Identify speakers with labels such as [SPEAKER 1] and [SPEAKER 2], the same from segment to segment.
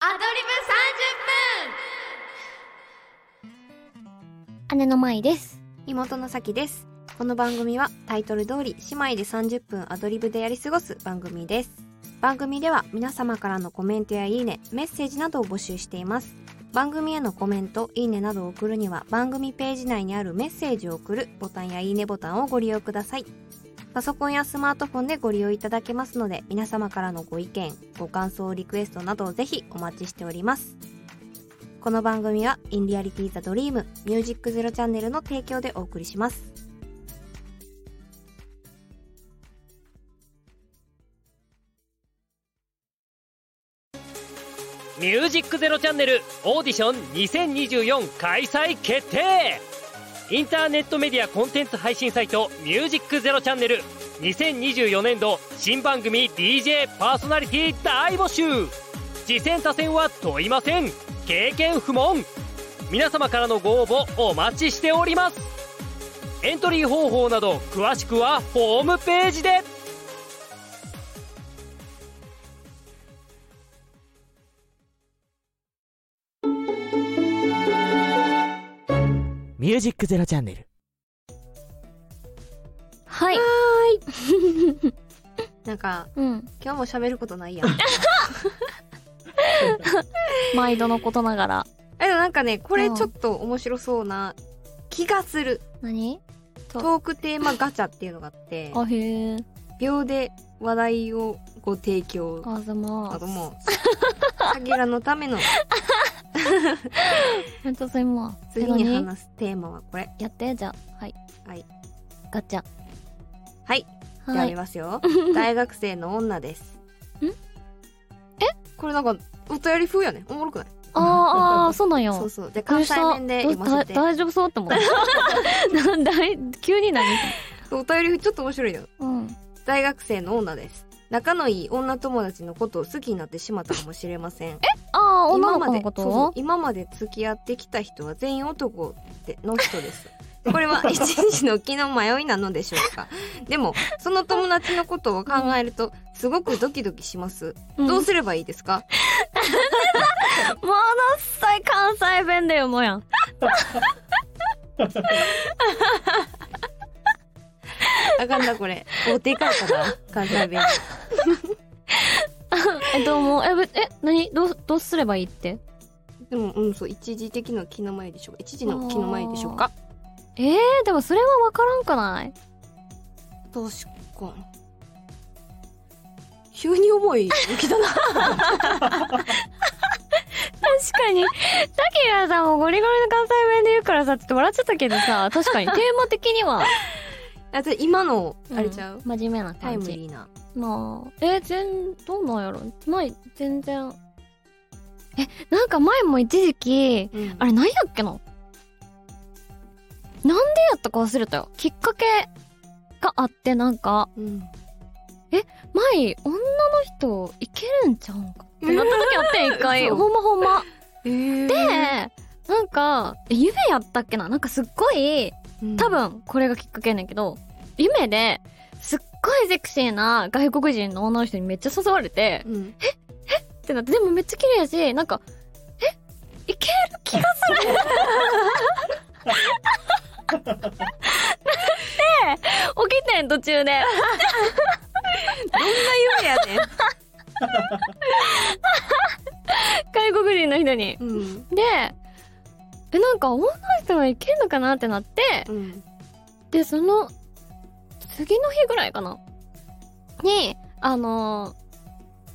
[SPEAKER 1] アドリ
[SPEAKER 2] 姉の舞です。
[SPEAKER 1] ブ30分妹のさきですこの番組はタイトル通り姉妹で30分アドリブでやり過ごす番組です番組では皆様からのコメントやいいねメッセージなどを募集しています番組へのコメントいいねなどを送るには番組ページ内にあるメッセージを送るボタンやいいねボタンをご利用くださいパソコンやスマートフォンでご利用いただけますので皆様からのご意見ご感想リクエストなどをぜひお待ちしておりますこの番組は「インリアリティザドリームミュージックゼロチャンネルの提供でお送りします
[SPEAKER 3] ミュージックゼロチャンネルオーディション2024開催決定インターネットメディアコンテンツ配信サイトミュージックゼロチャンネル2024年度新番組 DJ パーソナリティ大募集次戦他戦は問いません経験不問皆様からのご応募お待ちしておりますエントリー方法など詳しくはホームページで
[SPEAKER 4] ミュージックゼロチャンネル。
[SPEAKER 2] はい。
[SPEAKER 1] なんか
[SPEAKER 2] うん。
[SPEAKER 1] 今日も喋ることないやん
[SPEAKER 2] 毎度のことながら。
[SPEAKER 1] えでもなんかねこれちょっと面白そうな気がする
[SPEAKER 2] 何
[SPEAKER 1] トークテーマガチャっていうのがあって
[SPEAKER 2] あへえ。
[SPEAKER 1] 秒で話題をご提供
[SPEAKER 2] あざま
[SPEAKER 1] あ
[SPEAKER 2] あ
[SPEAKER 1] と。 もうかぎらのための
[SPEAKER 2] ありがとうございます。
[SPEAKER 1] 次に
[SPEAKER 2] え何
[SPEAKER 1] 話すテーマはこれ
[SPEAKER 2] やって、じゃあ。はい。
[SPEAKER 1] はい。
[SPEAKER 2] ガチャ。
[SPEAKER 1] はいじゃあ
[SPEAKER 2] は
[SPEAKER 1] やり
[SPEAKER 2] い。
[SPEAKER 1] ます よ大学生の女です
[SPEAKER 2] んえ
[SPEAKER 1] これなんかお便り風やねおもろくない
[SPEAKER 2] あーあー、そうなんや。
[SPEAKER 1] そうそうで関西弁で
[SPEAKER 2] どう
[SPEAKER 1] 読
[SPEAKER 2] した
[SPEAKER 1] ませて
[SPEAKER 2] だ大丈夫そうって思っ た。なんだい、急に何
[SPEAKER 1] お便り風ちょっと面白いよ
[SPEAKER 2] うん。
[SPEAKER 1] 大学生の女です仲のいい女友達のことを好きになってしまったかもしれませんえ
[SPEAKER 2] ああ、女の
[SPEAKER 1] ま
[SPEAKER 2] 子の
[SPEAKER 1] で
[SPEAKER 2] こと
[SPEAKER 1] そうそう今まで付き合ってきた人は全員男での人ですでこれ は一日の気の迷いなのでしょうかでもその友達のことを考えるとすごくドキドキします、
[SPEAKER 2] ん
[SPEAKER 1] どうすればいいですか
[SPEAKER 2] ものっさい関西弁で読もうや ん。
[SPEAKER 1] あかんなこれお手かったな関西弁
[SPEAKER 2] え、どうも。え、ぶえ、何どう、どうすればいいって
[SPEAKER 1] でもうんそう一時的な気の迷いでしょうか一時の気の迷いでしょうか
[SPEAKER 2] えー、でもそれはわからんくない
[SPEAKER 1] 確かに急に重い浮きだ な
[SPEAKER 2] 確かに。タキラさんもゴリゴリの関西弁で言うからさ、ちょっと笑っちゃったけど さ、確かに。テーマ的には。
[SPEAKER 1] あと今のあれちゃう、
[SPEAKER 2] ん真面目な
[SPEAKER 1] タイ
[SPEAKER 2] 感
[SPEAKER 1] ム
[SPEAKER 2] じ。
[SPEAKER 1] リーな
[SPEAKER 2] まあ。えー、全、どうなんやろ前、全然。え、なんか前も一時期、
[SPEAKER 1] うん
[SPEAKER 2] あれ何やっけななんでやったか忘れたよ。きっかけがあって、なんか、
[SPEAKER 1] うん
[SPEAKER 2] 前、女の人、いけるんちゃうんかってなった時あってん、一回。
[SPEAKER 1] 嘘
[SPEAKER 2] ほんまほんま。
[SPEAKER 1] えー、
[SPEAKER 2] で、なんか、え夢やったっけななんかすっごい、
[SPEAKER 1] うん
[SPEAKER 2] 多分これがきっかけやねんけど、夢で、すっごいセクシーな外国人の女の人にめっちゃ誘われて、
[SPEAKER 1] うん、
[SPEAKER 2] ってなって、でもめっちゃ綺麗やし、なんか、えいける気がするなって、起きてん途中
[SPEAKER 1] どん
[SPEAKER 2] で。
[SPEAKER 1] な夢やね
[SPEAKER 2] 外国人の人に。
[SPEAKER 1] んうん
[SPEAKER 2] で、え、なんか女の人はいけんのかなってなって、
[SPEAKER 1] うん
[SPEAKER 2] でその次の日ぐらいかなにあのー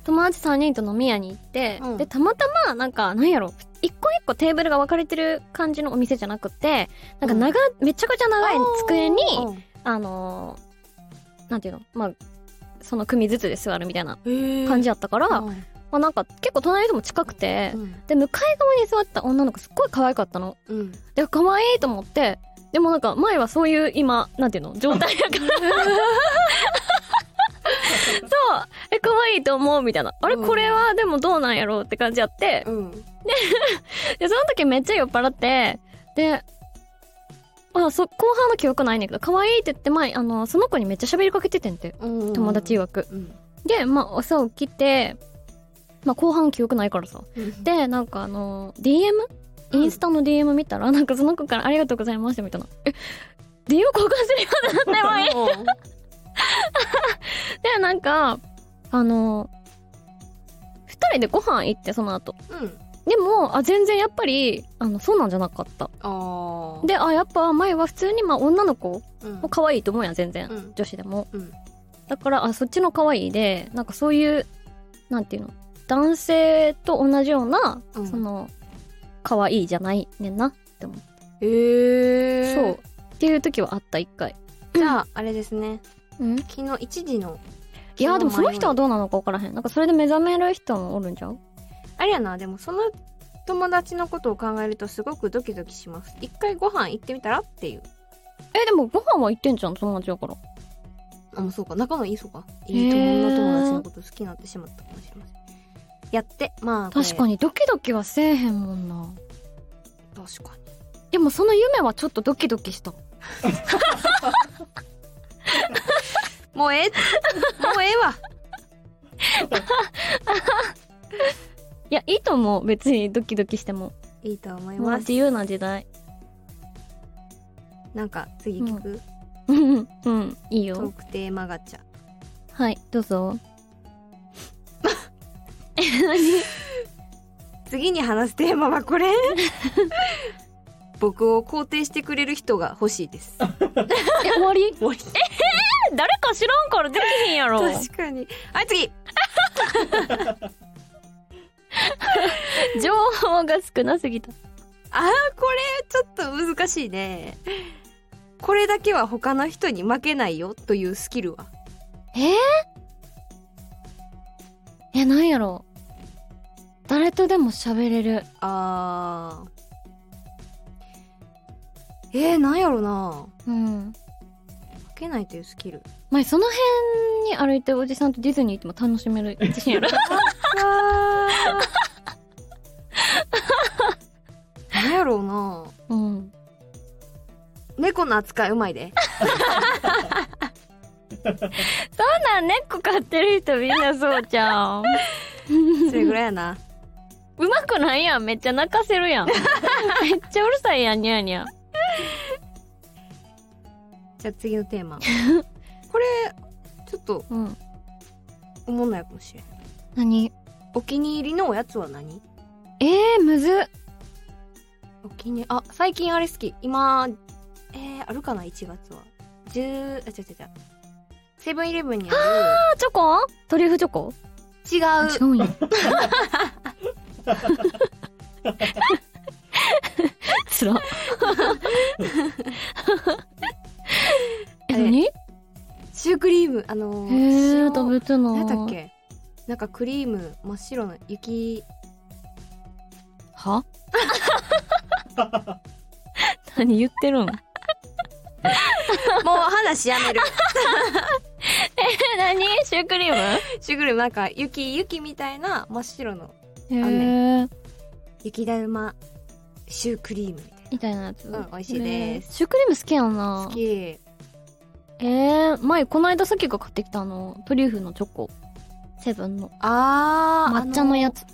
[SPEAKER 2] 友達3人と飲み屋に行って、
[SPEAKER 1] うん
[SPEAKER 2] でたまたまなんかなんやろ一個一個テーブルが分かれてる感じのお店じゃなくてなんか長、めちゃくちゃ長い机にあのーなんていうのまあその組ずつで座るみたいな感じ
[SPEAKER 1] や
[SPEAKER 2] やったから、ま
[SPEAKER 1] うん
[SPEAKER 2] あ、なんか結構隣とも近くて、
[SPEAKER 1] うん
[SPEAKER 2] で向かい側に座ってた女の子すっごい可愛かったの。
[SPEAKER 1] うん
[SPEAKER 2] で可愛いと思ってでもなんか前はそういう今なんていうの状態やからそうえ可愛いと思うみたいなあれ
[SPEAKER 1] うん
[SPEAKER 2] これはでもどうなんやろうって感じやって
[SPEAKER 1] うん
[SPEAKER 2] でその時めっちゃ酔っ払ってでまあそ後半の記憶ないねんけど可愛いって言って前あのその子にめっちゃ喋りかけててんて
[SPEAKER 1] うん
[SPEAKER 2] 友達曰く
[SPEAKER 1] うん
[SPEAKER 2] でまあ朝起きてまあ、後半記憶ないからさ。
[SPEAKER 1] うん
[SPEAKER 2] で、なんかあの、DM? インスタの DM 見たら、 なんかその子からありがとうございましたみたいな。え、DM 交換するようになったよ、え
[SPEAKER 1] うん
[SPEAKER 2] で、なんか、あの、二人でご飯行って、その後。
[SPEAKER 1] うん
[SPEAKER 2] でも、あ、全然やっぱり、あの、そうなんじゃなかった。
[SPEAKER 1] あー
[SPEAKER 2] で、あ、やっぱ前は普通に、まあ女の子
[SPEAKER 1] うん
[SPEAKER 2] も可愛いと思うやん、全然。
[SPEAKER 1] うん
[SPEAKER 2] 女子でも。
[SPEAKER 1] うん
[SPEAKER 2] だから、あ、そっちの可愛いで、なんかそういう、なんていうの、男性と同じような、
[SPEAKER 1] うん
[SPEAKER 2] その、可愛いじゃないねんな。
[SPEAKER 1] へー
[SPEAKER 2] そう。っていう時はあった、一回。
[SPEAKER 1] じゃああれですね
[SPEAKER 2] うん
[SPEAKER 1] 昨日一時の
[SPEAKER 2] いや、でもその人は
[SPEAKER 1] ど
[SPEAKER 2] どうなのか分からへん。なんかそれで目覚める人もおるんじゃう
[SPEAKER 1] あれやなでもその友達のことを考えるとすごくドキドキします一回ご飯行ってみたらっていう
[SPEAKER 2] え、でもご飯は行ってんじゃん、友達だから。
[SPEAKER 1] あもうそうか仲のいいそうか
[SPEAKER 2] へー
[SPEAKER 1] いい友の友達のこと好きになってしまったかもしれませんやってまあこれ
[SPEAKER 2] 確かに、ドキドキはせえへんもんな。
[SPEAKER 1] 確かに
[SPEAKER 2] でもその夢はちょっとドキドキした。
[SPEAKER 1] もうええもうええわ
[SPEAKER 2] いや、いいと思う。別にドキドキしても。
[SPEAKER 1] いいと思い
[SPEAKER 2] もう
[SPEAKER 1] ます
[SPEAKER 2] 自由な時代。
[SPEAKER 1] なんか次聞く、
[SPEAKER 2] うん、うん、いい
[SPEAKER 1] トー
[SPEAKER 2] よ。
[SPEAKER 1] クテーマガチャ
[SPEAKER 2] はい、どうぞ。
[SPEAKER 1] 次に話すテーマは これ僕を肯定してくれる人が欲しいです
[SPEAKER 2] え、終わり
[SPEAKER 1] 終わり
[SPEAKER 2] 誰か知らんからできへんやろ
[SPEAKER 1] 確かにはい次
[SPEAKER 2] 情報が少なすぎた。
[SPEAKER 1] あーこれちょっと難しいねこれだけは他の人に負けないよというスキルは
[SPEAKER 2] え、なんやろ誰とでも喋れる。
[SPEAKER 1] あーえー、なんやろな
[SPEAKER 2] うん。
[SPEAKER 1] 負けないというスキル
[SPEAKER 2] 前、その辺に歩いてるおじさんとディズニー行っても楽しめ る自信やろ
[SPEAKER 1] あー なんやろうな
[SPEAKER 2] うん。
[SPEAKER 1] 猫の扱いうまいで
[SPEAKER 2] そんなん猫飼ってる人みんなそうじゃん。
[SPEAKER 1] それぐらいやな
[SPEAKER 2] うまくないやん。めっちゃ泣かせる やん。めっちゃうるさいやん、ニャーニャー。
[SPEAKER 1] じゃあ次のテーマこれちょっと
[SPEAKER 2] うん。
[SPEAKER 1] 思んないかもしれない
[SPEAKER 2] 何
[SPEAKER 1] お気に入りのおやつは何
[SPEAKER 2] えー、むずっ。
[SPEAKER 1] お気にあ最近あれ好き今えー、あるかな1月は10あ違う違う違うセブンイレブンにあ
[SPEAKER 2] あチョコトリュフチョコ
[SPEAKER 1] る違
[SPEAKER 2] あ
[SPEAKER 1] う
[SPEAKER 2] 違うんや。つら。え、何へ
[SPEAKER 1] シュークリームあの
[SPEAKER 2] え、
[SPEAKER 1] 白
[SPEAKER 2] 食べてない。
[SPEAKER 1] 何だっけなんかクリーム真っ白の雪
[SPEAKER 2] は何言っ てるんえ、
[SPEAKER 1] もう話やめる
[SPEAKER 2] 何シュークリーム
[SPEAKER 1] シュークリームなんか雪雪みたいな真っ白の
[SPEAKER 2] へえ。
[SPEAKER 1] 雪だるまシュークリームみたい
[SPEAKER 2] みたいなやつ。
[SPEAKER 1] うん美味しいです
[SPEAKER 2] へー。シュークリーム好きやん
[SPEAKER 1] な
[SPEAKER 2] な
[SPEAKER 1] 好。き
[SPEAKER 2] えー、前この間さっきが買ってきたあの、トリュフのチョコ。セブンの。
[SPEAKER 1] あー
[SPEAKER 2] 抹茶のや
[SPEAKER 1] あ
[SPEAKER 2] つ。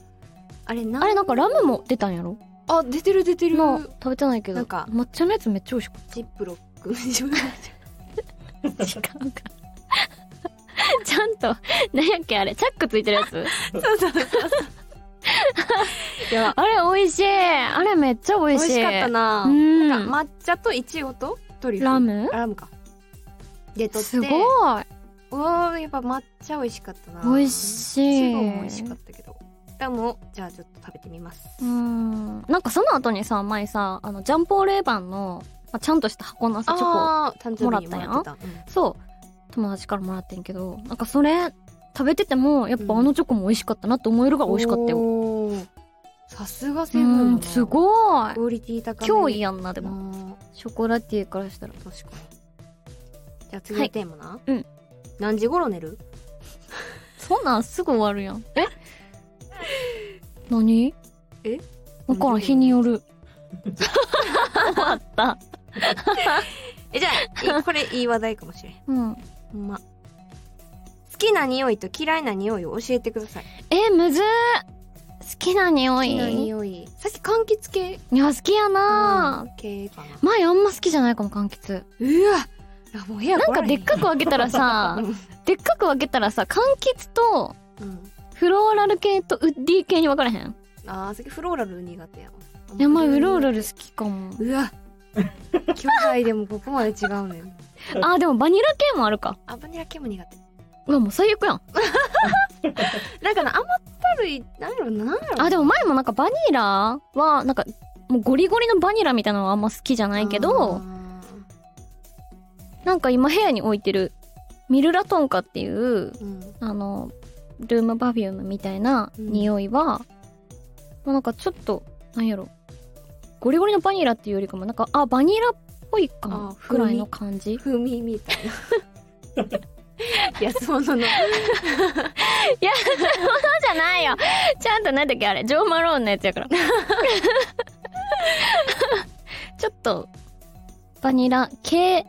[SPEAKER 1] あれな
[SPEAKER 2] あれなんかラムも出たんやろ
[SPEAKER 1] あ出てる出てる
[SPEAKER 2] の食べてないけど
[SPEAKER 1] なんか
[SPEAKER 2] 抹茶のやつめっちゃ美味しかっ
[SPEAKER 1] ジップロック 自分で
[SPEAKER 2] た違うか ちゃんと何やっけあれチャックついてるやつ
[SPEAKER 1] そうそうそういや
[SPEAKER 2] あれ美味しいあれめっちゃ美
[SPEAKER 1] 美
[SPEAKER 2] 味しい
[SPEAKER 1] 味しかったな,、
[SPEAKER 2] うん
[SPEAKER 1] なんか抹茶といちごとトリュフ
[SPEAKER 2] ラム
[SPEAKER 1] あラムかでとって
[SPEAKER 2] すごい
[SPEAKER 1] おーやっぱ抹茶美味しかったな
[SPEAKER 2] 美味し
[SPEAKER 1] い
[SPEAKER 2] い
[SPEAKER 1] ちごも美味しかったけどラムをじゃあちょっと食べてみます、
[SPEAKER 2] うんなんかその後にさ前さあのジャンポーレーバンの、まあ、ちゃんとした箱のさチョコ
[SPEAKER 1] あー誕生日にもら
[SPEAKER 2] もら
[SPEAKER 1] ってた
[SPEAKER 2] そう友達からもらってんけどなんかそれ食べててもやっぱあのチョコも美味しかったなって思えるが美味しかったよ、
[SPEAKER 1] よさすがセ
[SPEAKER 2] う
[SPEAKER 1] ブン
[SPEAKER 2] ん
[SPEAKER 1] の、
[SPEAKER 2] すごい
[SPEAKER 1] クオリティ高め
[SPEAKER 2] 脅威やんなで
[SPEAKER 1] で
[SPEAKER 2] も、
[SPEAKER 1] も
[SPEAKER 2] ショコラティエからしたら
[SPEAKER 1] 確かにじゃあ次のテーマな、
[SPEAKER 2] うん
[SPEAKER 1] 何時頃寝る
[SPEAKER 2] そんなんすぐ終わるやん。え何
[SPEAKER 1] え
[SPEAKER 2] わからん、日による。終わった。
[SPEAKER 1] えじゃあいこれいい話題かもしれん
[SPEAKER 2] うん。
[SPEAKER 1] ほんま好きな匂いと嫌いな匂いを教えてください
[SPEAKER 2] えむずー好きな匂い
[SPEAKER 1] 好きな匂いさっき柑橘系
[SPEAKER 2] いや好きやな、
[SPEAKER 1] うん系かな
[SPEAKER 2] 前あんま好きじゃないかも柑橘
[SPEAKER 1] うわあもう部屋
[SPEAKER 2] なん
[SPEAKER 1] 来
[SPEAKER 2] から
[SPEAKER 1] へ
[SPEAKER 2] でっかく分けたらさでっかく分けたらさ柑橘と
[SPEAKER 1] うん
[SPEAKER 2] フローラル系とウッディ系に分からへん
[SPEAKER 1] あーさっきフローラル苦手やわ
[SPEAKER 2] いやまあフローラル好きかも
[SPEAKER 1] うわ 兄弟でもここまで違うねん
[SPEAKER 2] あーでもバニラ系もあるか
[SPEAKER 1] あバニラ系も苦手
[SPEAKER 2] うわもう最悪やん
[SPEAKER 1] なんかな甘ったるいなんやろなんやろ
[SPEAKER 2] あでも前もなんかバニラはなんかもうゴリゴリのバニラみたいなのはあんま好きじゃないけ
[SPEAKER 1] あ
[SPEAKER 2] どなんか今部屋に置いてるミルラトンカっていう
[SPEAKER 1] ー うん
[SPEAKER 2] あのルームパフュームみたいな
[SPEAKER 1] うん
[SPEAKER 2] 匂いは、もうなんかちょっとなんやろゴリゴリのバニラっていうよりかもなんかあバニラっぽいか
[SPEAKER 1] あ
[SPEAKER 2] も
[SPEAKER 1] 風
[SPEAKER 2] ぐ
[SPEAKER 1] 味
[SPEAKER 2] らいの感じ
[SPEAKER 1] 風味みたいないやそのの
[SPEAKER 2] じゃないよちゃんと何だっけあれジョー・マローンのやつやから ちょっとバニラ系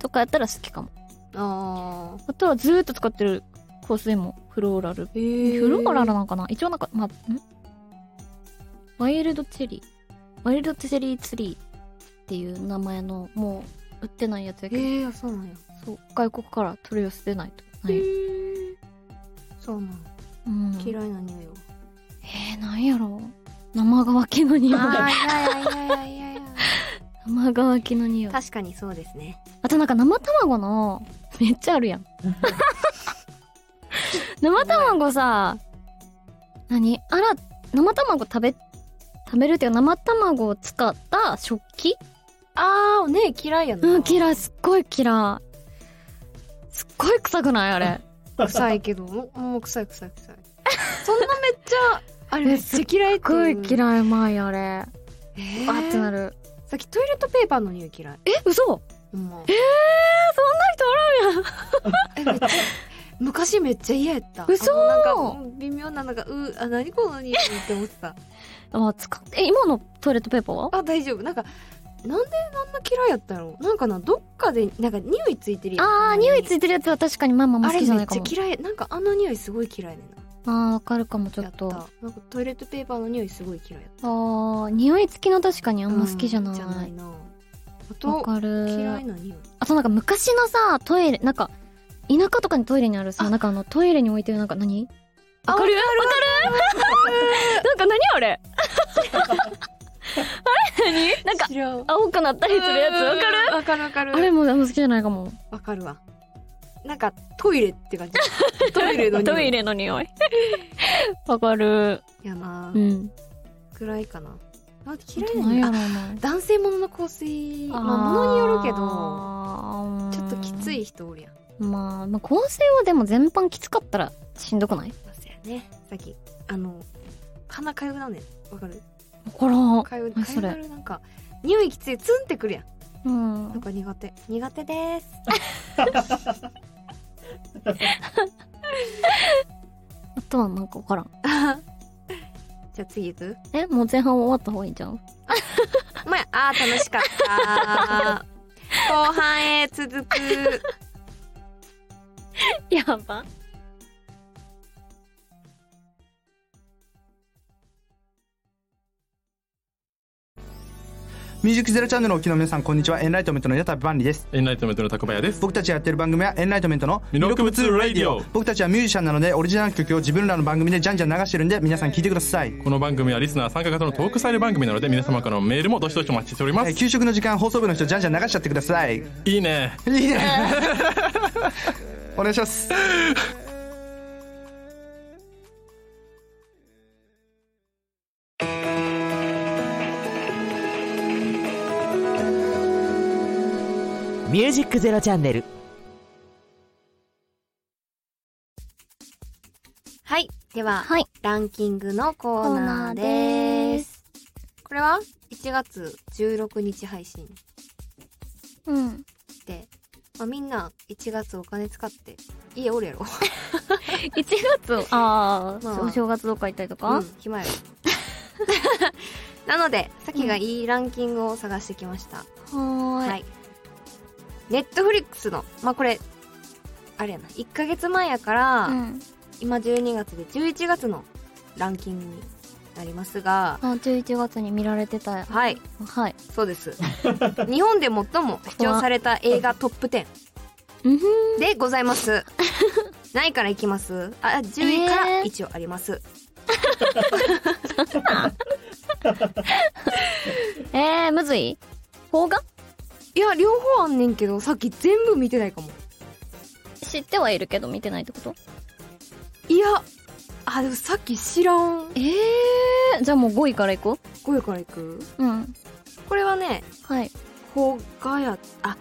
[SPEAKER 2] とかやったら好きかも
[SPEAKER 1] あ
[SPEAKER 2] あとはずーっと使ってる香水もフローラル
[SPEAKER 1] ーへ
[SPEAKER 2] フローラルなんかな一応なんか、まあ、んワイルドチェリー。ワイルドチェリーツリーっていう名前の、もう、売ってないやつやけど、
[SPEAKER 1] えー、そうなんや
[SPEAKER 2] そう、外国から取り寄せてないと。ない。
[SPEAKER 1] そうなん
[SPEAKER 2] うん、え
[SPEAKER 1] 嫌いな匂いを
[SPEAKER 2] ー、なんやろ生乾きの匂い。
[SPEAKER 1] あーいやいやいやいやい
[SPEAKER 2] 生乾きの
[SPEAKER 1] や
[SPEAKER 2] 匂い。
[SPEAKER 1] 確かにそうですね
[SPEAKER 2] あとなんか生卵の、めっちゃあるやん。生卵さ、何あら、生卵食べ、食べるっていうか生卵を使った食器
[SPEAKER 1] ああね嫌いやな
[SPEAKER 2] うん、嫌い、すっごい嫌い。すっごい臭くないあれ。
[SPEAKER 1] 臭いけどもうもう臭い臭い臭いそんなめっちゃあれめっちゃ嫌いっ
[SPEAKER 2] す
[SPEAKER 1] て
[SPEAKER 2] っごい
[SPEAKER 1] い
[SPEAKER 2] 嫌い、前あれ。
[SPEAKER 1] う、えー
[SPEAKER 2] あってなる。
[SPEAKER 1] さっきトイレットペーパーの匂い嫌い
[SPEAKER 2] え、嘘
[SPEAKER 1] ほんま
[SPEAKER 2] そんな
[SPEAKER 1] えめ
[SPEAKER 2] 人おらんやん。
[SPEAKER 1] っちゃ昔めっちゃ嫌やった
[SPEAKER 2] 嘘
[SPEAKER 1] あのなんかもう微妙なのがうあ何この匂いって思ってた
[SPEAKER 2] あ、使って、え、今のトイレットペーパーは
[SPEAKER 1] あ大丈夫なんかなんであんな嫌いやったのなんかなどっかでなんか匂いついてるやん
[SPEAKER 2] あー、匂いついてるやつは確かにママも
[SPEAKER 1] あ
[SPEAKER 2] 好き
[SPEAKER 1] れ
[SPEAKER 2] じゃ
[SPEAKER 1] めっ
[SPEAKER 2] ないか
[SPEAKER 1] ちゃ
[SPEAKER 2] も。
[SPEAKER 1] 嫌いなんかあの匂いすごい嫌いねんな
[SPEAKER 2] あー、わかるかも、ちょ
[SPEAKER 1] や
[SPEAKER 2] ったと。
[SPEAKER 1] な
[SPEAKER 2] あ
[SPEAKER 1] んかトイレットペーパーの匂いすごい嫌いやった
[SPEAKER 2] ー、匂い付きの確かにあんま好きじゃ
[SPEAKER 1] うんじゃな
[SPEAKER 2] ないい。
[SPEAKER 1] なあ
[SPEAKER 2] わ
[SPEAKER 1] と
[SPEAKER 2] かる。
[SPEAKER 1] 嫌いな匂い
[SPEAKER 2] あとなんか昔のさ、トイレ、なんか、田舎とかにトイレにあるさ、
[SPEAKER 1] あ
[SPEAKER 2] なんかあのトイレに置いてるなんか何
[SPEAKER 1] あ
[SPEAKER 2] わかる わかるなんか何あれあれ何なんか
[SPEAKER 1] 知らん
[SPEAKER 2] 青くなったりするやつわかる
[SPEAKER 1] わかるわかる
[SPEAKER 2] あれもあんま好きじゃないかも。
[SPEAKER 1] わかるわなんかトイレって感 じトイレの匂い
[SPEAKER 2] トイレの 匂い。わかる。
[SPEAKER 1] やな
[SPEAKER 2] うん。
[SPEAKER 1] くらいかなあ嫌いな
[SPEAKER 2] 何
[SPEAKER 1] 匂い
[SPEAKER 2] やろ
[SPEAKER 1] あ
[SPEAKER 2] うな。
[SPEAKER 1] 男性ものの香水まあものによるけど
[SPEAKER 2] ど
[SPEAKER 1] ちょっときつ。い人おるやん
[SPEAKER 2] まあ、まあ、香水はでも全般きつかったらしんどくない
[SPEAKER 1] そうやねさっきあの鼻かゆくなんねんわかる
[SPEAKER 2] わからん。
[SPEAKER 1] かゆか
[SPEAKER 2] 何
[SPEAKER 1] ゆ
[SPEAKER 2] それ
[SPEAKER 1] なるなんか匂いきついツンってくるやん
[SPEAKER 2] うん
[SPEAKER 1] なん。か苦手苦手です
[SPEAKER 2] あとはなんかわからん。
[SPEAKER 1] じゃあ次行く
[SPEAKER 2] え、もう前半終わった方がいいんじゃん。
[SPEAKER 1] お前あー楽しかった 後半へ続く
[SPEAKER 2] やば。
[SPEAKER 4] ミュージックゼロチャンネルをお聞きの皆さん、こんにちは。エンライトメントの矢田部万里です。
[SPEAKER 5] エンライトメントの高林です。
[SPEAKER 4] 僕たちがやってる番組はエンライトメントの
[SPEAKER 5] ミノクブツラディオ。
[SPEAKER 4] 僕たちはミュージシャンなので、オリジナル曲を自分らの番組でじゃんじゃん流してるんで、皆さん聞いてください。
[SPEAKER 5] この番組はリスナー参加型のトークスタイル番組なので、皆様からのメールもどしどしお待ちしておりま
[SPEAKER 4] えー
[SPEAKER 5] す。
[SPEAKER 4] 給食の時間、放送部の人、じゃんじゃん流しちゃってください。い
[SPEAKER 5] いいね。
[SPEAKER 4] いね。お願いします。
[SPEAKER 6] ミュージックゼロチャンネル
[SPEAKER 1] はいでは
[SPEAKER 2] はい。
[SPEAKER 1] ランキングのコーナーで
[SPEAKER 2] コーナ
[SPEAKER 1] す
[SPEAKER 2] ーです
[SPEAKER 1] これは1月16日配信
[SPEAKER 2] うん。
[SPEAKER 1] で、まあ、みんな1月お金使って家おるやろ、
[SPEAKER 2] 1月、あ
[SPEAKER 1] まあ
[SPEAKER 2] あ、お正月どっか行ったりと
[SPEAKER 1] う
[SPEAKER 2] か
[SPEAKER 1] ん、暇やろ なのでさきがいいランキングを探してきました、
[SPEAKER 2] はー
[SPEAKER 1] はいネットフリックスのまあこれあれやな1ヶ月前やから、
[SPEAKER 2] うん。
[SPEAKER 1] 今12月で11月のランキングになりますが
[SPEAKER 2] あ、11月に見られてた。
[SPEAKER 1] はい
[SPEAKER 2] はい。
[SPEAKER 1] そうです日本で最も視聴された映画トップ10
[SPEAKER 2] うんふん。
[SPEAKER 1] でございます ないからいきますあ10位から
[SPEAKER 2] えー
[SPEAKER 1] 一応あります、
[SPEAKER 2] えー、むずい邦画
[SPEAKER 1] いや両方あんねんけどさっき全部見てないかも
[SPEAKER 2] 知ってはいるけど見てないってこと
[SPEAKER 1] いやあでもさっき知らん
[SPEAKER 2] えー、じゃあもう5位からいこ
[SPEAKER 1] 5位からいく
[SPEAKER 2] う。うん。
[SPEAKER 1] これはね
[SPEAKER 2] はい。
[SPEAKER 1] 邦画やあ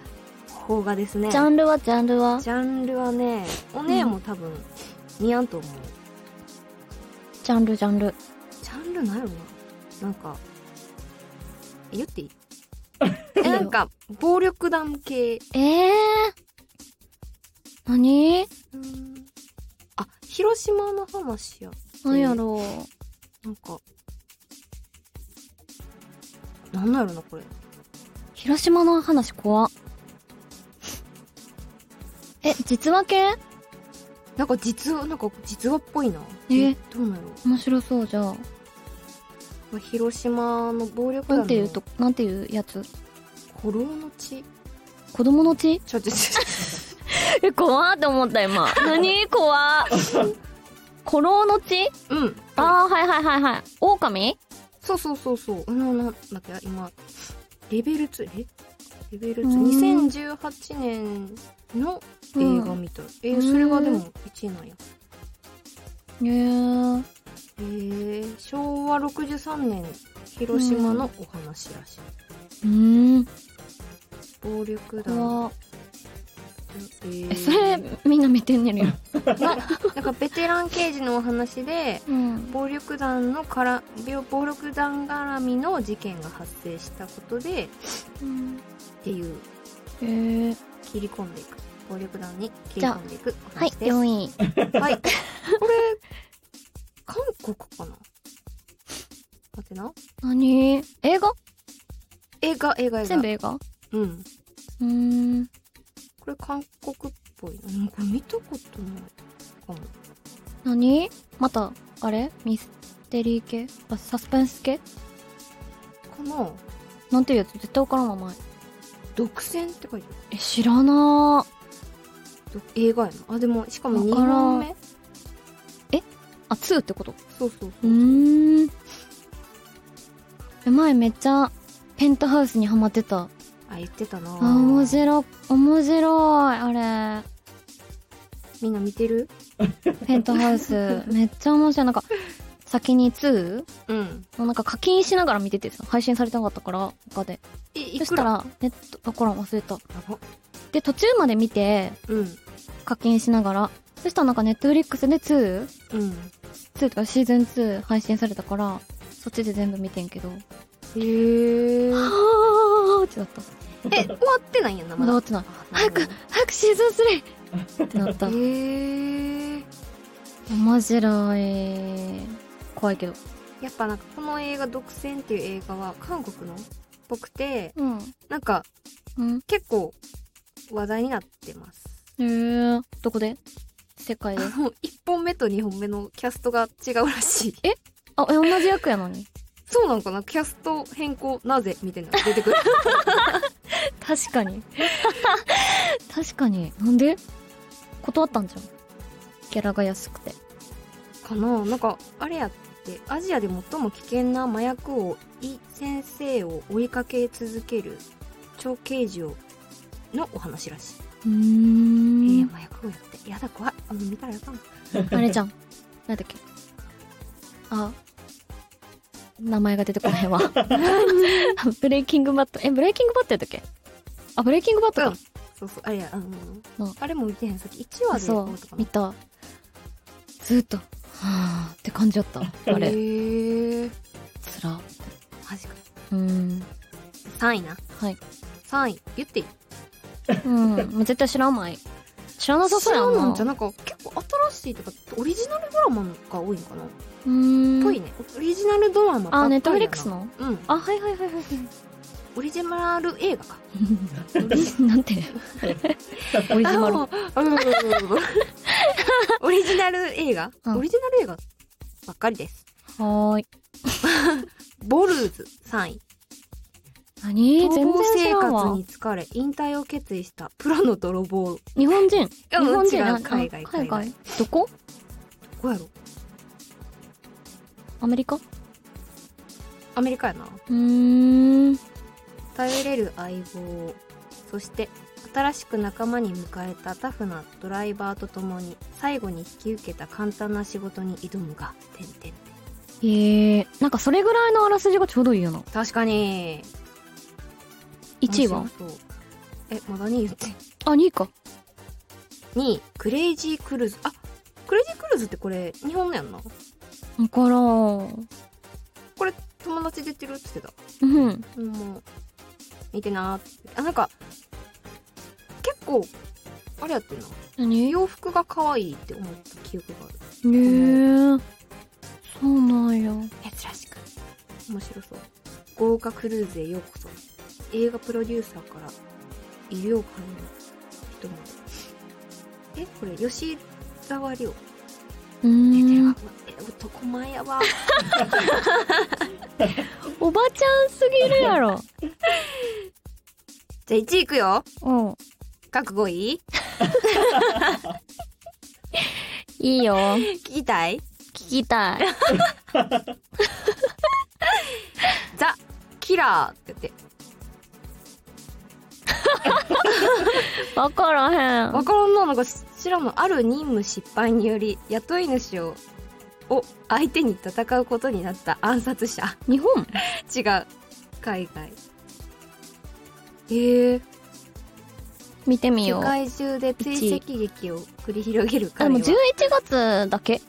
[SPEAKER 1] 邦画ですね
[SPEAKER 2] ジャンルはジャンルは
[SPEAKER 1] ジャンルはねお姉も多分似合んと思う、
[SPEAKER 2] ジャンルジャンル。
[SPEAKER 1] ジャンルないよななんかえ言っていい
[SPEAKER 2] いい
[SPEAKER 1] え
[SPEAKER 2] よ
[SPEAKER 1] なんか暴力団系
[SPEAKER 2] えー。何
[SPEAKER 1] うんあ広島の話や
[SPEAKER 2] 何やろう。
[SPEAKER 1] なんかなんだろうなこれ
[SPEAKER 2] 広島の話怖っえ、実話系
[SPEAKER 1] なんか実はなんか実話っぽいな
[SPEAKER 2] え
[SPEAKER 1] どうなの
[SPEAKER 2] 面白そうじゃあ。
[SPEAKER 1] まあ広島の暴力団の
[SPEAKER 2] なんていうと、なんていうやつ
[SPEAKER 1] 古老の地
[SPEAKER 2] 子供の血
[SPEAKER 1] ちょちょちょ
[SPEAKER 2] え、怖って思った 今。何怖っ。古老の血
[SPEAKER 1] うん
[SPEAKER 2] ああ、はいはいはいはい。狼
[SPEAKER 1] そうそうそうそうあのなんだっけ今レベル2えレベル
[SPEAKER 2] うーん
[SPEAKER 1] 22018年の映画みたい、えーそれがでも1位なんや
[SPEAKER 2] えー、
[SPEAKER 1] えー、昭和63年広島のお話らしい、
[SPEAKER 2] うーん、
[SPEAKER 1] 暴力団
[SPEAKER 2] 怖っ
[SPEAKER 1] え
[SPEAKER 2] え、
[SPEAKER 1] ー
[SPEAKER 2] それ、みんな見てんねるよ。
[SPEAKER 1] なんかベテラン刑事のお話で
[SPEAKER 2] うん。
[SPEAKER 1] 暴力団のから暴力団絡みの事件が発生したことでっていう
[SPEAKER 2] えー、
[SPEAKER 1] 切り込んでいく暴力団に切り込んでいくお
[SPEAKER 2] はい、
[SPEAKER 1] 話です
[SPEAKER 2] 4位。
[SPEAKER 1] はい。 これ、韓国かな待ってな。
[SPEAKER 2] 何映画
[SPEAKER 1] 映画、映画、映画。
[SPEAKER 2] 全部映画う
[SPEAKER 1] うん。
[SPEAKER 2] ーん。
[SPEAKER 1] これ、韓国っぽいな。うんこれ見たことないかも。
[SPEAKER 2] 何また、あれミステリー系あ、サスペンス系
[SPEAKER 1] かな
[SPEAKER 2] なんていうやつ絶対わからん名前。
[SPEAKER 1] 独占って書いてあ
[SPEAKER 2] え、知らなー
[SPEAKER 1] る。ど映画やな。あ、でも、しかも2
[SPEAKER 2] わからん
[SPEAKER 1] 本目
[SPEAKER 2] あ、2ってこと
[SPEAKER 1] そうそう
[SPEAKER 2] う
[SPEAKER 1] そう。
[SPEAKER 2] ーん。え前めっちゃ、ペントハウスにハマってた。
[SPEAKER 1] あ、言ってたな。
[SPEAKER 2] あ、面白、面白い、あ
[SPEAKER 1] みんな見てる
[SPEAKER 2] れ。ペントハウ ス、めっちゃ面白い。なんか、先に 2?
[SPEAKER 1] うん。
[SPEAKER 2] もうなんか課金しながら見ててさ、配信されてなかったから、他で。
[SPEAKER 1] え、い
[SPEAKER 2] そし
[SPEAKER 1] く
[SPEAKER 2] た
[SPEAKER 1] ら
[SPEAKER 2] ら、ネット、わからん、忘れた。
[SPEAKER 1] やば
[SPEAKER 2] で、途中まで見て、
[SPEAKER 1] うん。
[SPEAKER 2] 課金しながら。そしたらなんかネットフリックスで 2?2
[SPEAKER 1] うん。
[SPEAKER 2] とかシーズン2配信されたから、そっちで全部見てんけど。は
[SPEAKER 1] へえ。
[SPEAKER 2] ーってなった。
[SPEAKER 1] え、終わってないんやんな、
[SPEAKER 2] ま
[SPEAKER 1] ま
[SPEAKER 2] だ終
[SPEAKER 1] だ
[SPEAKER 2] わっ。て
[SPEAKER 1] あ
[SPEAKER 2] ない。早く。早くシーズン3ってな
[SPEAKER 1] な
[SPEAKER 2] った
[SPEAKER 1] るほどへえ。
[SPEAKER 2] 面白い怖いけど
[SPEAKER 1] やっぱなんかこの映画「独占」っていう映画は韓国のっぽくて
[SPEAKER 2] うん
[SPEAKER 1] なんか
[SPEAKER 2] うん
[SPEAKER 1] 結構話題になってます
[SPEAKER 2] へえどこで世界で
[SPEAKER 1] あの1本目と2本目のキャストが違うらし い
[SPEAKER 2] あえ同じ役やのに
[SPEAKER 1] そうなんかなキャスト変更なぜみたいなの出て くる
[SPEAKER 2] 確か に確かになんで断ったんじゃんギャラが安くて
[SPEAKER 1] かななんかあれやってアジアで最も危険な麻薬王イ先生を追いかけ続ける超刑事をのお話らしい、え
[SPEAKER 2] うーん、
[SPEAKER 1] ー麻薬王やってやだ怖いあの見たらや だな
[SPEAKER 2] あれじゃんなんだっけあ名前が出てこないわ ブレイキングバットえブレイキングバットやったっけあブレイキングバットか、
[SPEAKER 1] うんそうそうあれやあの
[SPEAKER 2] な
[SPEAKER 1] あれも見てへんさっき1話で終
[SPEAKER 2] そ
[SPEAKER 1] わ
[SPEAKER 2] う
[SPEAKER 1] ったかな
[SPEAKER 2] 見たずーっとはあって感じだった あ
[SPEAKER 1] へ
[SPEAKER 2] れ
[SPEAKER 1] ー
[SPEAKER 2] つら
[SPEAKER 1] マジか
[SPEAKER 2] うーん
[SPEAKER 1] 3位な
[SPEAKER 2] はい
[SPEAKER 1] 3位言っていい
[SPEAKER 2] うんもう絶対知らんまい知らなさそうや
[SPEAKER 1] そう
[SPEAKER 2] な
[SPEAKER 1] なんじゃ
[SPEAKER 2] な
[SPEAKER 1] なんか結構新しいとかオリジナルドラマが多いんかな
[SPEAKER 2] うーん
[SPEAKER 1] ぽいねオリジナルドラマばっかりやな
[SPEAKER 2] あネットフリックスの
[SPEAKER 1] うん
[SPEAKER 2] あはいはいはいはい
[SPEAKER 1] オリジナル映画か。
[SPEAKER 2] なんてオリジナル
[SPEAKER 1] あうんうんうんうんオリジナル映画、
[SPEAKER 2] うん
[SPEAKER 1] オリジナル映画ばっかりです。
[SPEAKER 2] はーい
[SPEAKER 1] ボルーズ3位。
[SPEAKER 2] 何全然
[SPEAKER 1] 逃亡
[SPEAKER 2] 知
[SPEAKER 1] 生
[SPEAKER 2] らん
[SPEAKER 1] 活
[SPEAKER 2] わ
[SPEAKER 1] に疲れ、引退を決意したプロの泥棒。
[SPEAKER 2] 日本人日
[SPEAKER 1] うん
[SPEAKER 2] 本人
[SPEAKER 1] 違う
[SPEAKER 2] な
[SPEAKER 1] 海外
[SPEAKER 2] あ
[SPEAKER 1] 海外
[SPEAKER 2] 海外どこ
[SPEAKER 1] こうやろ
[SPEAKER 2] アメリカう
[SPEAKER 1] アメリカやな。
[SPEAKER 2] ーん
[SPEAKER 1] 頼れる相棒。そして、新しく仲間に迎えたタフなドライバーと共に、最後に引き受けた簡単な仕事に挑むが、てんてん。
[SPEAKER 2] へえなんかそれぐらいのあらすじがちょうどいいよな
[SPEAKER 1] 確かに。
[SPEAKER 2] 1位は
[SPEAKER 1] そうえ、まだ2位言って。
[SPEAKER 2] あ2位か
[SPEAKER 1] 2位、クレイジークルーズ。あ、クレイジークルーズってこれ、日本のやんな。
[SPEAKER 2] だからん
[SPEAKER 1] これ、友達出てるって言ってた。
[SPEAKER 2] うん
[SPEAKER 1] もう見てなーってあなんか結構あれやってんな
[SPEAKER 2] 何へ
[SPEAKER 1] 洋服が可愛いって思った記憶がある
[SPEAKER 2] えそうなんや
[SPEAKER 1] 珍しく面白そう豪華クルーズへようこそ映画プロデューサーから医療界の人までえこれ吉沢亮
[SPEAKER 2] う
[SPEAKER 1] 出てる
[SPEAKER 2] ー
[SPEAKER 1] わ
[SPEAKER 2] ん
[SPEAKER 1] え男前やわ
[SPEAKER 2] おばちゃんすぎるやろ
[SPEAKER 1] じゃあ1位いくよ
[SPEAKER 2] うん
[SPEAKER 1] 覚悟いい
[SPEAKER 2] いいよ聞
[SPEAKER 1] 聞きたい
[SPEAKER 2] きた い
[SPEAKER 1] ザ・キラーって言って
[SPEAKER 2] わからへん
[SPEAKER 1] わからんなのが知らんのある任務失敗により雇い主をを相手に戦うことになった暗殺者
[SPEAKER 2] 日本
[SPEAKER 1] 違う海外えー、
[SPEAKER 2] 見てみよ
[SPEAKER 1] 世
[SPEAKER 2] う
[SPEAKER 1] 界中で追跡劇を繰り広げる
[SPEAKER 2] あで
[SPEAKER 1] 彼
[SPEAKER 2] も
[SPEAKER 1] は
[SPEAKER 2] 11月だけ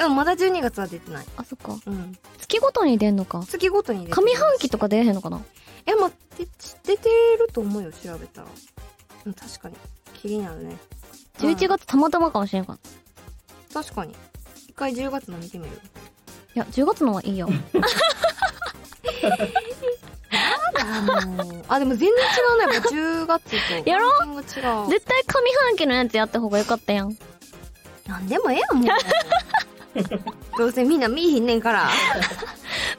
[SPEAKER 1] うんまだ12月は出てない、
[SPEAKER 2] あそっか
[SPEAKER 1] うん、
[SPEAKER 2] 月ごとに出んのか
[SPEAKER 1] 月ごとに出て
[SPEAKER 2] 上半期とか出えへんのかな
[SPEAKER 1] えま出出てると思うよ調べたら、うん、確かに気になるね
[SPEAKER 2] 11
[SPEAKER 1] うん
[SPEAKER 2] 月たまたまかもしれんからい
[SPEAKER 1] 確かに一回10月の見てみる
[SPEAKER 2] や10月のはいいよ
[SPEAKER 1] あのーあでも全然違うねやっぱ10月と
[SPEAKER 2] やろ
[SPEAKER 1] ランキング違う
[SPEAKER 2] 絶対上半期のやつやった方がよかったやん
[SPEAKER 1] なんでもええやんもう どうせみんな見いひんねんから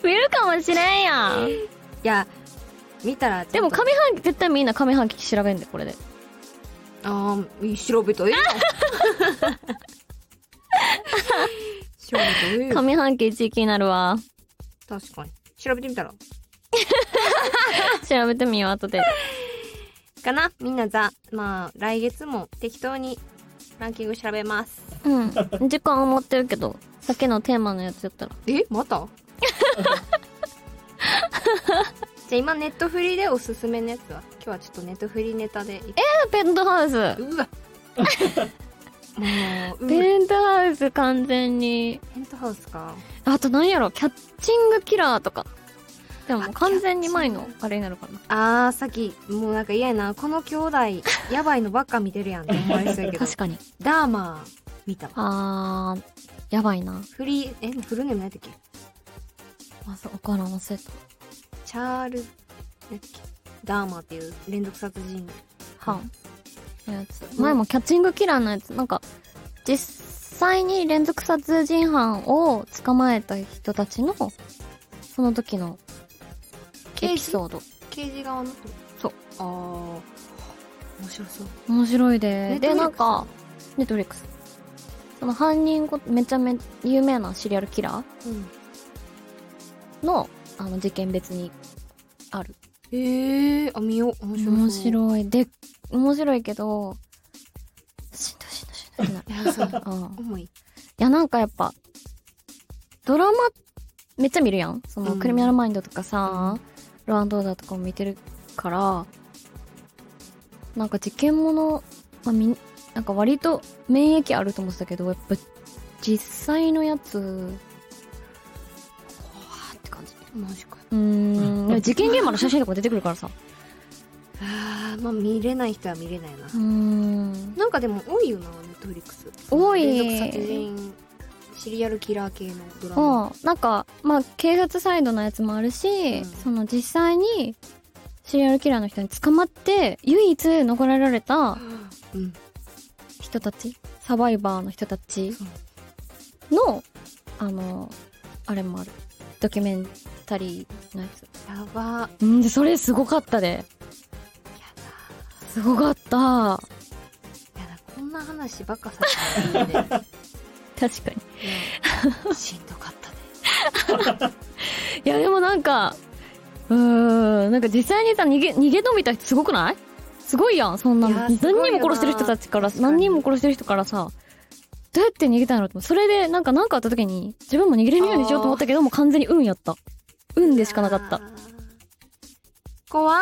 [SPEAKER 2] 見るかもしれんやん
[SPEAKER 1] いや見たらちゃんと
[SPEAKER 2] でも上半期絶対みんな上半期調べんでこれで
[SPEAKER 1] あー調べとええよ調べとええよ
[SPEAKER 2] 上半期1位気になるわ
[SPEAKER 1] 確かに調べてみたら
[SPEAKER 2] 調べてみよう後で
[SPEAKER 1] かなみんなざまあ来月も適当にランキング調べます
[SPEAKER 2] うん時間は持ってるけどさっきのテーマのやつやったら
[SPEAKER 1] えまた じゃあ今ネットフリでおすすめのやつは今日はちょっとネットフリネタでい
[SPEAKER 2] ペントハウス
[SPEAKER 1] うわもううペ
[SPEAKER 2] ペントハウス完全に
[SPEAKER 1] ントハウスか
[SPEAKER 2] あと何やろキャッチングキラーとかでももう完全に前のあれになるかな
[SPEAKER 1] あーさっきもうなんか嫌やなこの兄弟やばいのばっか見てるやんって思われそうやけど
[SPEAKER 2] 確かに
[SPEAKER 1] ダーマー見たわ
[SPEAKER 2] あーやばいな
[SPEAKER 1] フリーえフルネーム何やったっけ
[SPEAKER 2] わざわからん忘れた
[SPEAKER 1] チャール何やったっけダーマーっていう連続殺人
[SPEAKER 2] ハンのやつ前もキャッチングキラーのやつなんか実際に連続殺人犯を捕まえた人たちのその時のエ
[SPEAKER 1] 刑
[SPEAKER 2] ピ
[SPEAKER 1] 事
[SPEAKER 2] ソード
[SPEAKER 1] 刑事側のってこと
[SPEAKER 2] そう
[SPEAKER 1] あー面白そう
[SPEAKER 2] 面白いでで
[SPEAKER 1] Netflix
[SPEAKER 2] なんかネットフリックスその犯人ごめちゃめちゃ有名なシリアルキラ
[SPEAKER 1] うん
[SPEAKER 2] ーのあの事件別にある
[SPEAKER 1] えー、あ見よう面白そう
[SPEAKER 2] 面白いで面白いけどしんどいしんどいしんどいっ てなる
[SPEAKER 1] いやそう
[SPEAKER 2] うん
[SPEAKER 1] 重い
[SPEAKER 2] いや、なんかやっぱ、ドラマ、めっちゃ見るやん。その、
[SPEAKER 1] うん
[SPEAKER 2] クリミナルマインドとかさ、ロアンドーダーとかも見てるから、なんか事件もの、まあ、みん、なんか割と免疫あると思ってたけど、やっぱ、実際のやつ、怖ーって感じ。
[SPEAKER 1] マジか
[SPEAKER 2] うーん、事件現場の写真とかも出てくるからさ。
[SPEAKER 1] あーまあ見れない人は見れないな
[SPEAKER 2] うーん。
[SPEAKER 1] なんかでも多いよなネットフリックス
[SPEAKER 2] 多い
[SPEAKER 1] 連続殺人シリアルキラー系のドラマ
[SPEAKER 2] うん、なんかまあ警察サイドのやつもあるし、
[SPEAKER 1] うん
[SPEAKER 2] その実際にシリアルキラーの人に捕まって唯一逃れられた
[SPEAKER 1] うん
[SPEAKER 2] 人たちサバイバーの人たちのあのあれもあるドキュメンタリーのや
[SPEAKER 1] やば
[SPEAKER 2] つうんでそれすごかったですごかった
[SPEAKER 1] やだこんな話ばっかさせてるんでね
[SPEAKER 2] 確かに
[SPEAKER 1] しんどかったね
[SPEAKER 2] いやでもなんかうーんなんか実際にさ逃げ逃げ延びた人すごくないすごいやんそんなの
[SPEAKER 1] いや
[SPEAKER 2] 何
[SPEAKER 1] すごいよな
[SPEAKER 2] 人も殺してる人たちから
[SPEAKER 1] 確かに
[SPEAKER 2] 何人も殺してる人からさどうやって逃げたんやろうと思ってそれでなんか何かあった時に自分も逃げれるようにしようと思ったけどもう完全に運やった運でしかなかった
[SPEAKER 1] あー怖 っ、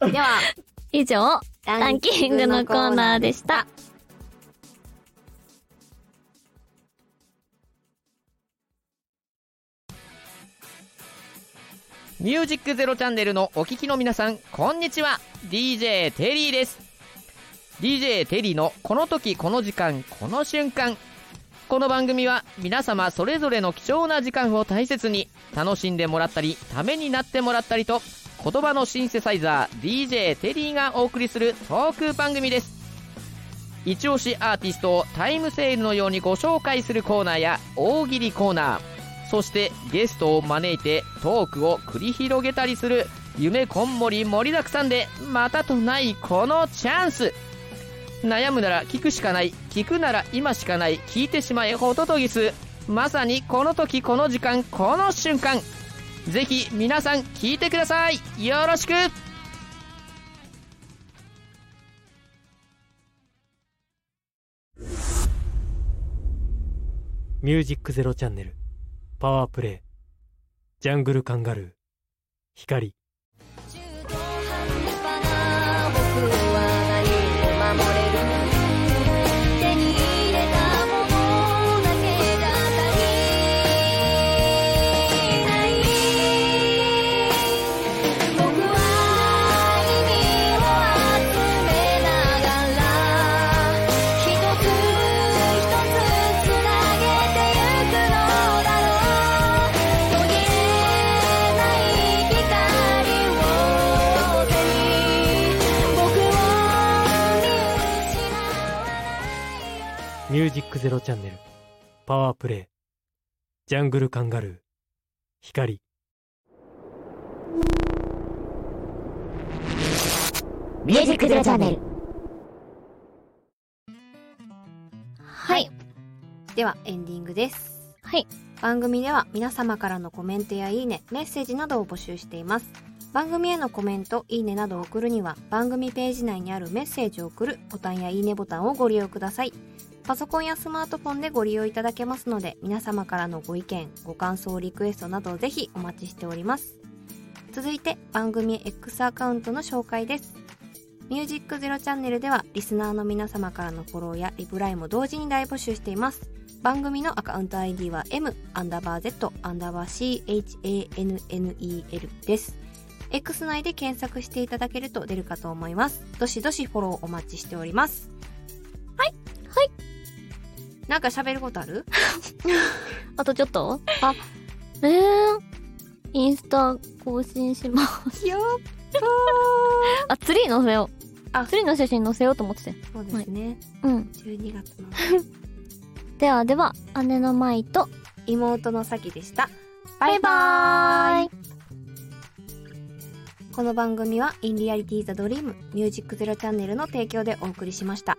[SPEAKER 1] はい、では
[SPEAKER 2] 以上
[SPEAKER 1] ラ
[SPEAKER 2] ランキングのコーナーでした
[SPEAKER 7] ミュージックゼロチャンネルのお聞きの皆さん、こんにちは。DJ テリーです。DJ テリーのこの時、この時間、この瞬間。この番組は皆様それぞれの貴重な時間を大切に楽しんでもらったり、ためになってもらったりと、言葉のシンセサイザー DJ テリーがお送りするトーク番組です。一押しアーティストをタイムセールのようにご紹介するコーナーや大喜利コーナー、そしてゲストを招いてトークを繰り広げたりする夢こんもり盛りだくさんでまたとないこのチャンス悩むなら聞くしかない聞くなら今しかない聞いてしまえホトトギスまさにこの時この時間この瞬間ぜひ皆さん聞いてくださいよろしく
[SPEAKER 8] ミュージックゼロチャンネル、パワープレイ、ジャングルカンガルー、光。ミュージックゼロチャンネル、パワープレイ、ジャングルカンガルー、光。
[SPEAKER 9] ミュージックゼロチャンネル。
[SPEAKER 2] はい
[SPEAKER 1] ではエンディングです
[SPEAKER 2] はい
[SPEAKER 1] 番組では皆様からのコメントやいいねメッセージなどを募集しています番組へのコメントいいねなどを送るには番組ページ内にあるメッセージを送るボタンやいいねボタンをご利用くださいパソコンやスマートフォンでご利用いただけますので皆様からのご意見ご感想リクエストなどをぜひお待ちしております続いて番組 X アカウントの紹介ですミュージックゼロチャンネルではリスナーの皆様からのフォローやリプライも同時に大募集しています番組のアカウント ID は m アンダーバー z アンダーバー CHANNEL です。X 内で検索していただけると出るかと思います。どしどしフォローお待ちしております。はい。
[SPEAKER 2] はい。
[SPEAKER 1] なんか喋ることある
[SPEAKER 2] あとちょっとあえー、インスタ更新します
[SPEAKER 1] やっ
[SPEAKER 2] あツリー載せよう
[SPEAKER 1] あ
[SPEAKER 2] ツリーの写真載せようと思ってて
[SPEAKER 1] そうですね。
[SPEAKER 2] うん
[SPEAKER 1] 12月の
[SPEAKER 2] ではでは姉の舞と
[SPEAKER 1] 妹の咲でした。
[SPEAKER 2] バ
[SPEAKER 1] バ
[SPEAKER 2] イ
[SPEAKER 1] イ
[SPEAKER 2] バ
[SPEAKER 1] バー
[SPEAKER 2] ーイ
[SPEAKER 1] イこの番組は「インリアリティザドリームミュージックゼロチャンネルの提供でお送りしました